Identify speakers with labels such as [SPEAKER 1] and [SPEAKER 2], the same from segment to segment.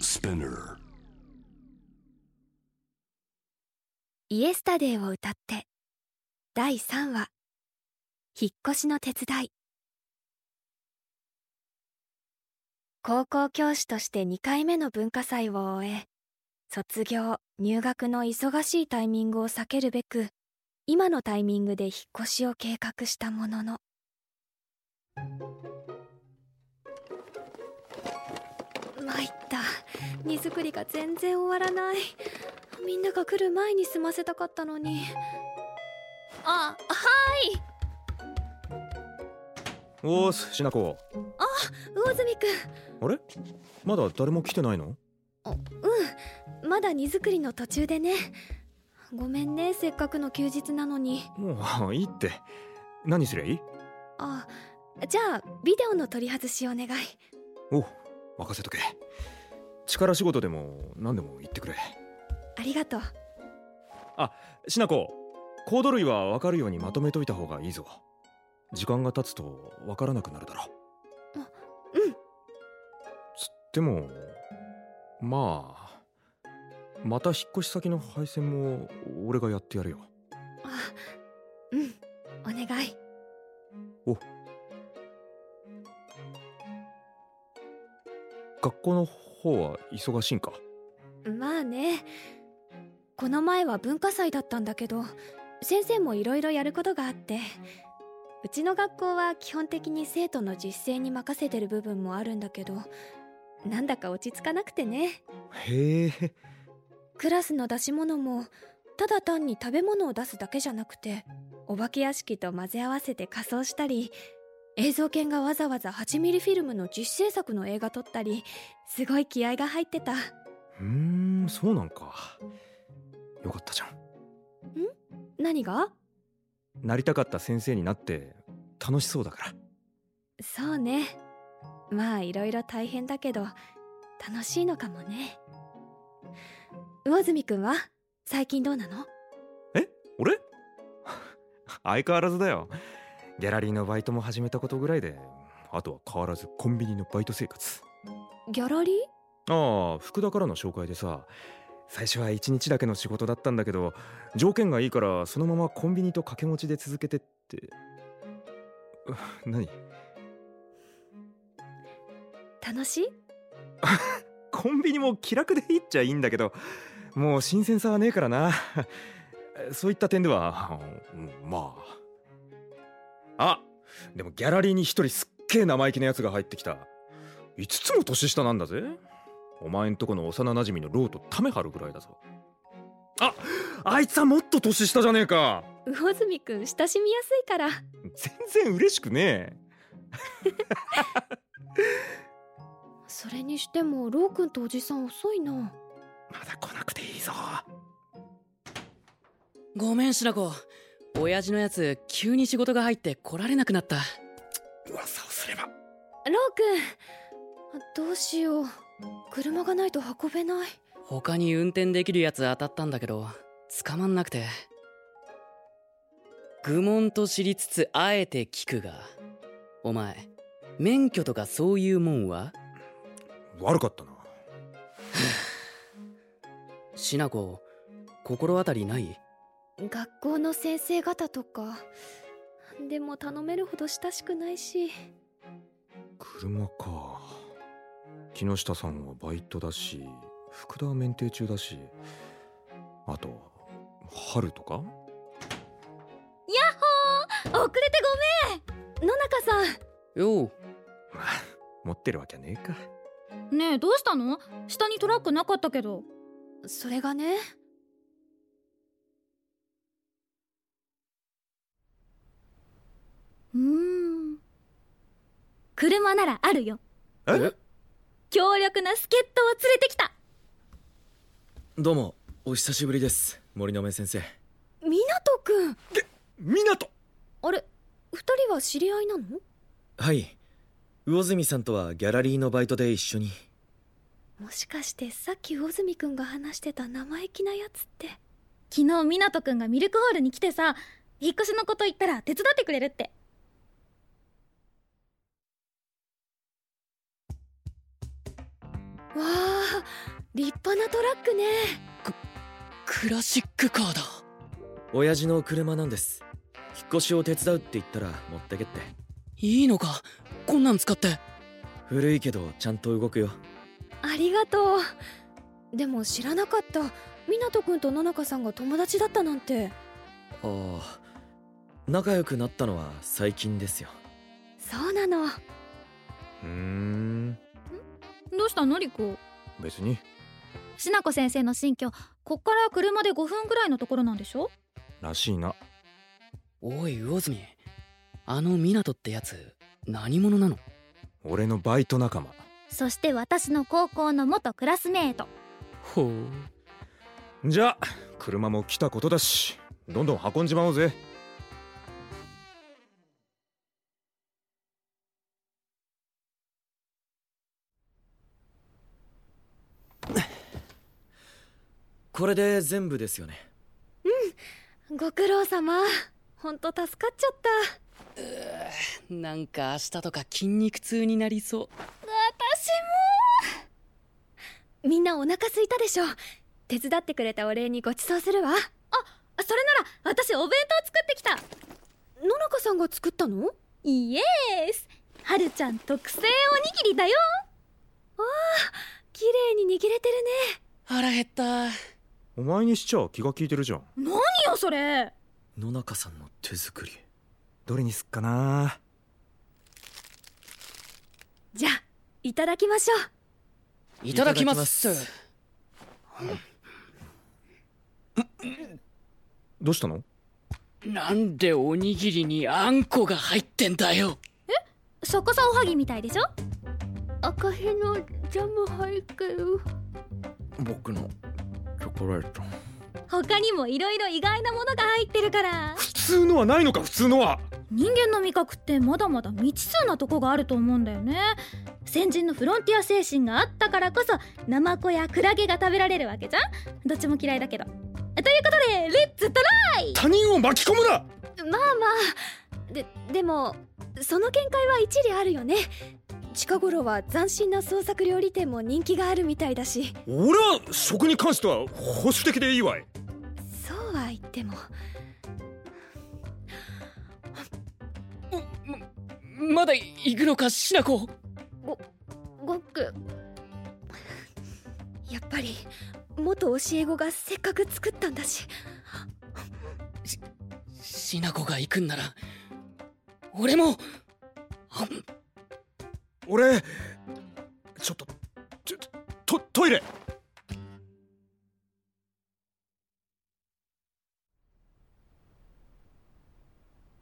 [SPEAKER 1] Spinner.
[SPEAKER 2] イエスタデーを歌って第3話引っ越しの手伝い高校教師として2回目の文化祭を終え卒業入学の忙しいタイミングを避けるべく今のタイミングで引っ越しを計画したものの参った荷造りが全然終わらないみんなが来る前に済ませたかったのにあはい
[SPEAKER 3] おーすしなこ
[SPEAKER 2] 魚住くん
[SPEAKER 3] あれまだ誰も来てないの
[SPEAKER 2] うんまだ荷造りの途中でねごめんねせっかくの休日なのに
[SPEAKER 3] もういいって何すりゃいい
[SPEAKER 2] あじゃあビデオの取り外しお願い
[SPEAKER 3] お任せとけ力仕事でも何でも言ってくれ
[SPEAKER 2] ありがとう
[SPEAKER 3] しなこコード類は分かるようにまとめといた方がいいぞ時間が経つと分からなくなるだろ
[SPEAKER 2] あうん
[SPEAKER 3] つってもまあまた引っ越し先の配線も俺がやってやるよ
[SPEAKER 2] あうんお願い
[SPEAKER 3] 学校の方は忙しいんか
[SPEAKER 2] まあねこの前は文化祭だったんだけど先生もいろいろやることがあってうちの学校は基本的に生徒の実践に任せてる部分もあるんだけどなんだか落ち着かなくてね
[SPEAKER 3] へえ
[SPEAKER 2] クラスの出し物もただ単に食べ物を出すだけじゃなくてお化け屋敷と混ぜ合わせて仮装したり映像犬がわざわざ8ミリフィルムの実製作の映画撮ったりすごい気合が入ってた。
[SPEAKER 3] うーんそうなんかよかったじゃん
[SPEAKER 2] 何が
[SPEAKER 3] なりたかった先生になって楽しそうだから
[SPEAKER 2] そうねまあいろいろ大変だけど楽しいのかもね魚住くんは最近どうなの
[SPEAKER 3] 俺 相変わらずだよギャラリーのバイトも始めたことぐらいであとは変わらずコンビニのバイト生活
[SPEAKER 2] ギャラリー
[SPEAKER 3] ああ福田からの紹介でさ最初は1日だけの仕事だったんだけど条件がいいからそのままコンビニと掛け持ちで続けてって う何
[SPEAKER 2] 楽しい
[SPEAKER 3] コンビニも気楽でいいっちゃいいんだけどもう新鮮さはねえからな そういった点ではうんまああでもギャラリーに一人すっげえ生意気なやつが入ってきた5つも年下なんだぜお前んとこの幼馴染のローとタメ張るぐらいだぞああいつはもっと年下じゃねえか
[SPEAKER 2] 魚住くん親しみやすいから
[SPEAKER 3] 全然嬉しくねえ
[SPEAKER 2] それにしてもろうくんとおじさん遅いな
[SPEAKER 3] まだ来なくていいぞ
[SPEAKER 4] ごめん白子親父のやつ急に仕事が入って来られなくなった
[SPEAKER 3] 噂をすれば
[SPEAKER 2] ろうくんあどうしよう車がないと運べない
[SPEAKER 4] 他に運転できるやつ当たったんだけど捕まんなくて愚問と知りつつあえて聞くがお前免許とかそういうもんは
[SPEAKER 3] 悪かったな
[SPEAKER 4] しなこ心当たりない
[SPEAKER 2] 学校の先生方とかでも頼めるほど親しくないし
[SPEAKER 3] 車か木下さんはバイトだし福田は免停中だしあと春とか
[SPEAKER 2] 遅れてごめん野中さん
[SPEAKER 4] よう
[SPEAKER 3] 持ってるわけねえか
[SPEAKER 5] ねえどうしたの下にトラックなかったけど
[SPEAKER 2] それがね
[SPEAKER 5] うーん車ならあるよ
[SPEAKER 3] え
[SPEAKER 5] 強力な助っ人を連れてきた
[SPEAKER 6] どうもお久しぶりです森の目先生
[SPEAKER 2] 湊くん
[SPEAKER 3] 湊
[SPEAKER 2] あれ二人は知り合いなの
[SPEAKER 6] はい魚住さんとはギャラリーのバイトで一緒に
[SPEAKER 2] もしかしてさっき魚住くんが話してた生意気なやつって
[SPEAKER 5] 昨日湊斗くんがミルクホールに来てさ引っ越しのこと言ったら手伝ってくれるって
[SPEAKER 2] わあ立派なトラックね
[SPEAKER 4] クラシックカーだ
[SPEAKER 6] 親父の車なんです引っ越しを手伝うって言ったら持ってけって
[SPEAKER 4] いいのかこんなん使って
[SPEAKER 6] 古いけどちゃんと動くよ
[SPEAKER 2] ありがとうでも知らなかった湊くんと野中さんが友達だったなんて
[SPEAKER 6] ああ仲良くなったのは最近ですよ
[SPEAKER 2] そうなの
[SPEAKER 3] うーん
[SPEAKER 5] どうしたのリコ
[SPEAKER 3] 別に
[SPEAKER 5] しなこ先生の新居こっから車で5分ぐらいのところなんでしょ
[SPEAKER 3] らしいな
[SPEAKER 4] おい魚住あの湊ってやつ何者なの
[SPEAKER 3] 俺のバイト仲間
[SPEAKER 5] そして私の高校の元クラスメート
[SPEAKER 4] ほう
[SPEAKER 3] じゃあ車も来たことだしどんどん運んじまおうぜ
[SPEAKER 6] これで全部ですよね
[SPEAKER 2] ご苦労様ほんと助かっちゃった
[SPEAKER 4] なんか明日とか筋肉痛になりそう
[SPEAKER 2] みんなお腹空いたでしょ手伝ってくれたお礼にご馳走するわ
[SPEAKER 5] それなら私お弁当作ってきた
[SPEAKER 2] 野中さんが作ったの
[SPEAKER 5] イエースはるちゃん特製おにぎりだよ
[SPEAKER 2] 綺麗に握れてるね
[SPEAKER 4] 腹減った
[SPEAKER 3] お前にしちゃ気が利いてるじゃん
[SPEAKER 5] 何よそれ
[SPEAKER 6] 野中さんの手作り
[SPEAKER 3] どれにすっかな
[SPEAKER 2] じゃあいただきましょう
[SPEAKER 4] いただきます
[SPEAKER 6] いただきます
[SPEAKER 3] どうしたの
[SPEAKER 4] なんでおにぎりにあんこが入ってんだよ
[SPEAKER 5] 逆さおはぎみたいでしょ
[SPEAKER 2] 赤へのジャム配給
[SPEAKER 6] 僕のチョコレート
[SPEAKER 5] 他にもいろいろ意外なものが入ってるから
[SPEAKER 3] 普通のはないのか普通のは
[SPEAKER 5] 人間の味覚ってまだまだ未知数なとこがあると思うんだよね先人のフロンティア精神があったからこそナマコやクラゲが食べられるわけじゃんどっちも嫌いだけどということでレッツトラ
[SPEAKER 3] 他人を巻き込むな
[SPEAKER 2] まあまあででもその見解は一理あるよね近頃は斬新な創作料理店も人気があるみたいだし
[SPEAKER 3] 俺は食に関しては保守的でいいわい
[SPEAKER 2] そうは言っても
[SPEAKER 4] まだ行くのかしなこ
[SPEAKER 2] ごくやっぱり元教え子がせっかく作ったんだし
[SPEAKER 4] しなこが行くんなら俺も
[SPEAKER 3] 俺ちょっとちょとトイレ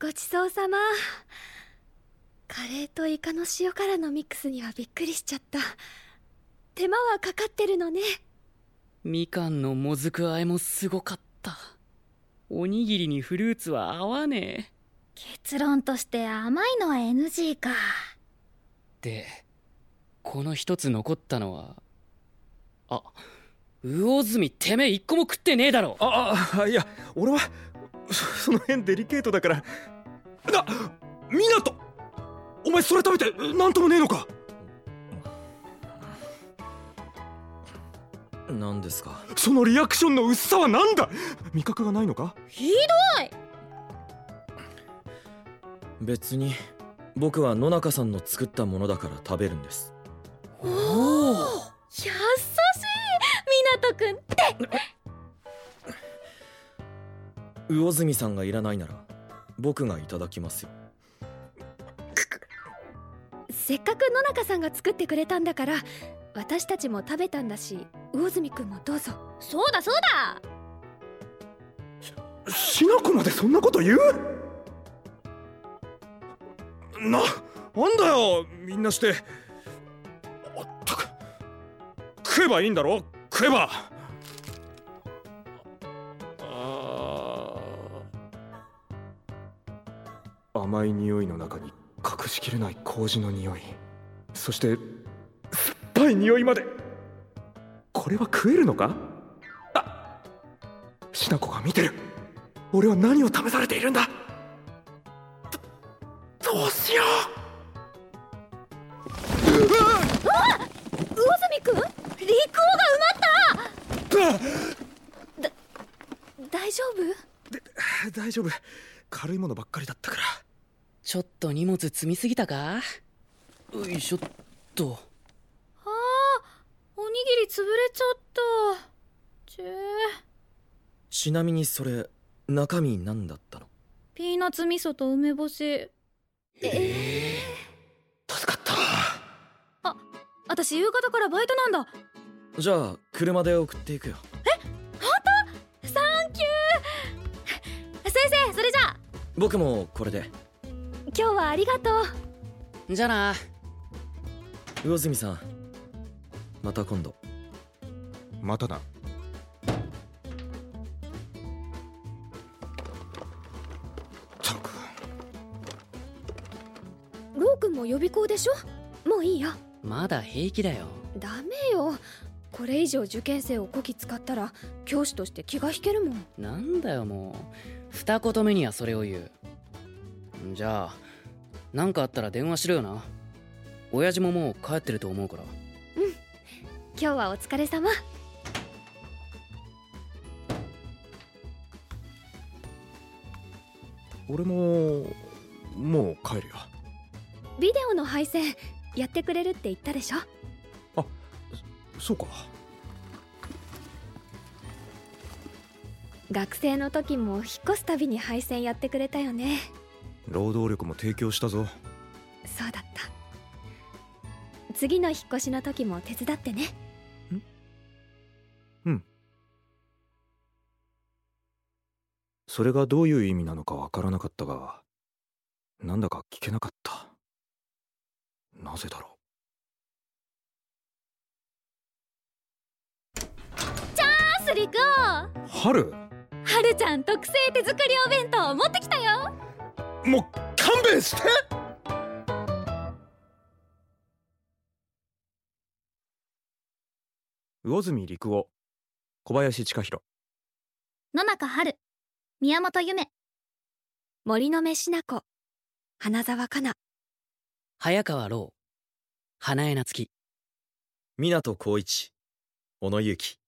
[SPEAKER 2] ごちそうさまカレーとイカの塩辛のミックスにはびっくりしちゃった手間はかかってるのね
[SPEAKER 4] みかんのもずく和えもすごかったおにぎりにフルーツは合わねえ
[SPEAKER 5] 結論として甘いのは NG か
[SPEAKER 4] でこの一つ残ったのはあ魚住てめえ一個も食ってねえだろ
[SPEAKER 3] ああいや俺はそその辺デリケートだからな湊お前それ食べてなんともねえのか
[SPEAKER 6] 何ですか
[SPEAKER 3] そのリアクションの薄さはなんだ味覚がないのか
[SPEAKER 5] ひど
[SPEAKER 6] 別に僕は野中さんの作ったものだから食べるんです
[SPEAKER 4] おお
[SPEAKER 5] 優しいみなとくんって
[SPEAKER 6] 魚住さんがいらないなら僕がいただきますよ
[SPEAKER 2] せっかく野中さんが作ってくれたんだから私たちも食べたんだし魚住くんもどうぞ
[SPEAKER 5] そうだそうだ
[SPEAKER 3] しなこまでそんなこと言うななんだよみんなしてあったく食えばいいんだろ食えばあー甘い匂いの中に隠しきれない麹の匂いそして酸っぱい匂いまでこれは食えるのかあしなこが見てる俺は何を試されているんだどどうしよ
[SPEAKER 5] 魚住くん利口が埋まった
[SPEAKER 2] 大丈夫
[SPEAKER 3] 大丈夫軽いものばっかりだったから
[SPEAKER 4] ちょっと荷物積みすぎたかよいしょっと
[SPEAKER 5] おにぎり潰れちゃったちえ
[SPEAKER 6] ちなみにそれ中身何だったの
[SPEAKER 5] ピーナッツ味噌と梅干し
[SPEAKER 6] 助かった
[SPEAKER 5] 私夕方からバイトなんだ
[SPEAKER 6] じゃあ車で送っていくよ
[SPEAKER 5] 先生それじゃあ
[SPEAKER 6] 僕もこれで
[SPEAKER 2] 今日はありがとう
[SPEAKER 4] じゃあな
[SPEAKER 6] 魚住さんまた今度
[SPEAKER 3] またなったく
[SPEAKER 2] ロー君も予備校でしょもういいよ
[SPEAKER 4] まだ平気だよ
[SPEAKER 2] ダメよこれ以上受験生をこき使ったら教師として気が引けるもん
[SPEAKER 4] なんだよもう二言目にはそれを言うじゃあ何かあったら電話しろよな親父ももう帰ってると思うから
[SPEAKER 2] 今日はお疲れ様
[SPEAKER 3] 俺ももう帰るよ
[SPEAKER 2] ビデオの配線やってくれるって言ったでしょ
[SPEAKER 3] そうか
[SPEAKER 2] 学生の時も引っ越すたびに配線やってくれたよね
[SPEAKER 3] 労働力も提供したぞ
[SPEAKER 2] そうだった次の引っ越しの時も手伝ってね
[SPEAKER 3] それがどういう意味なのかわからなかったがなんだか聞けなかったなぜだろ
[SPEAKER 5] アスリくん
[SPEAKER 3] う春
[SPEAKER 5] はるちゃん特製手作りお弁当持ってきたよ
[SPEAKER 3] もう勘弁して魚住陸夫小林親弘
[SPEAKER 5] 野中春宮本ゆめ
[SPEAKER 2] 森の目しな子花澤香菜
[SPEAKER 4] 早川ろう花江夏樹
[SPEAKER 6] 湊光一小野由紀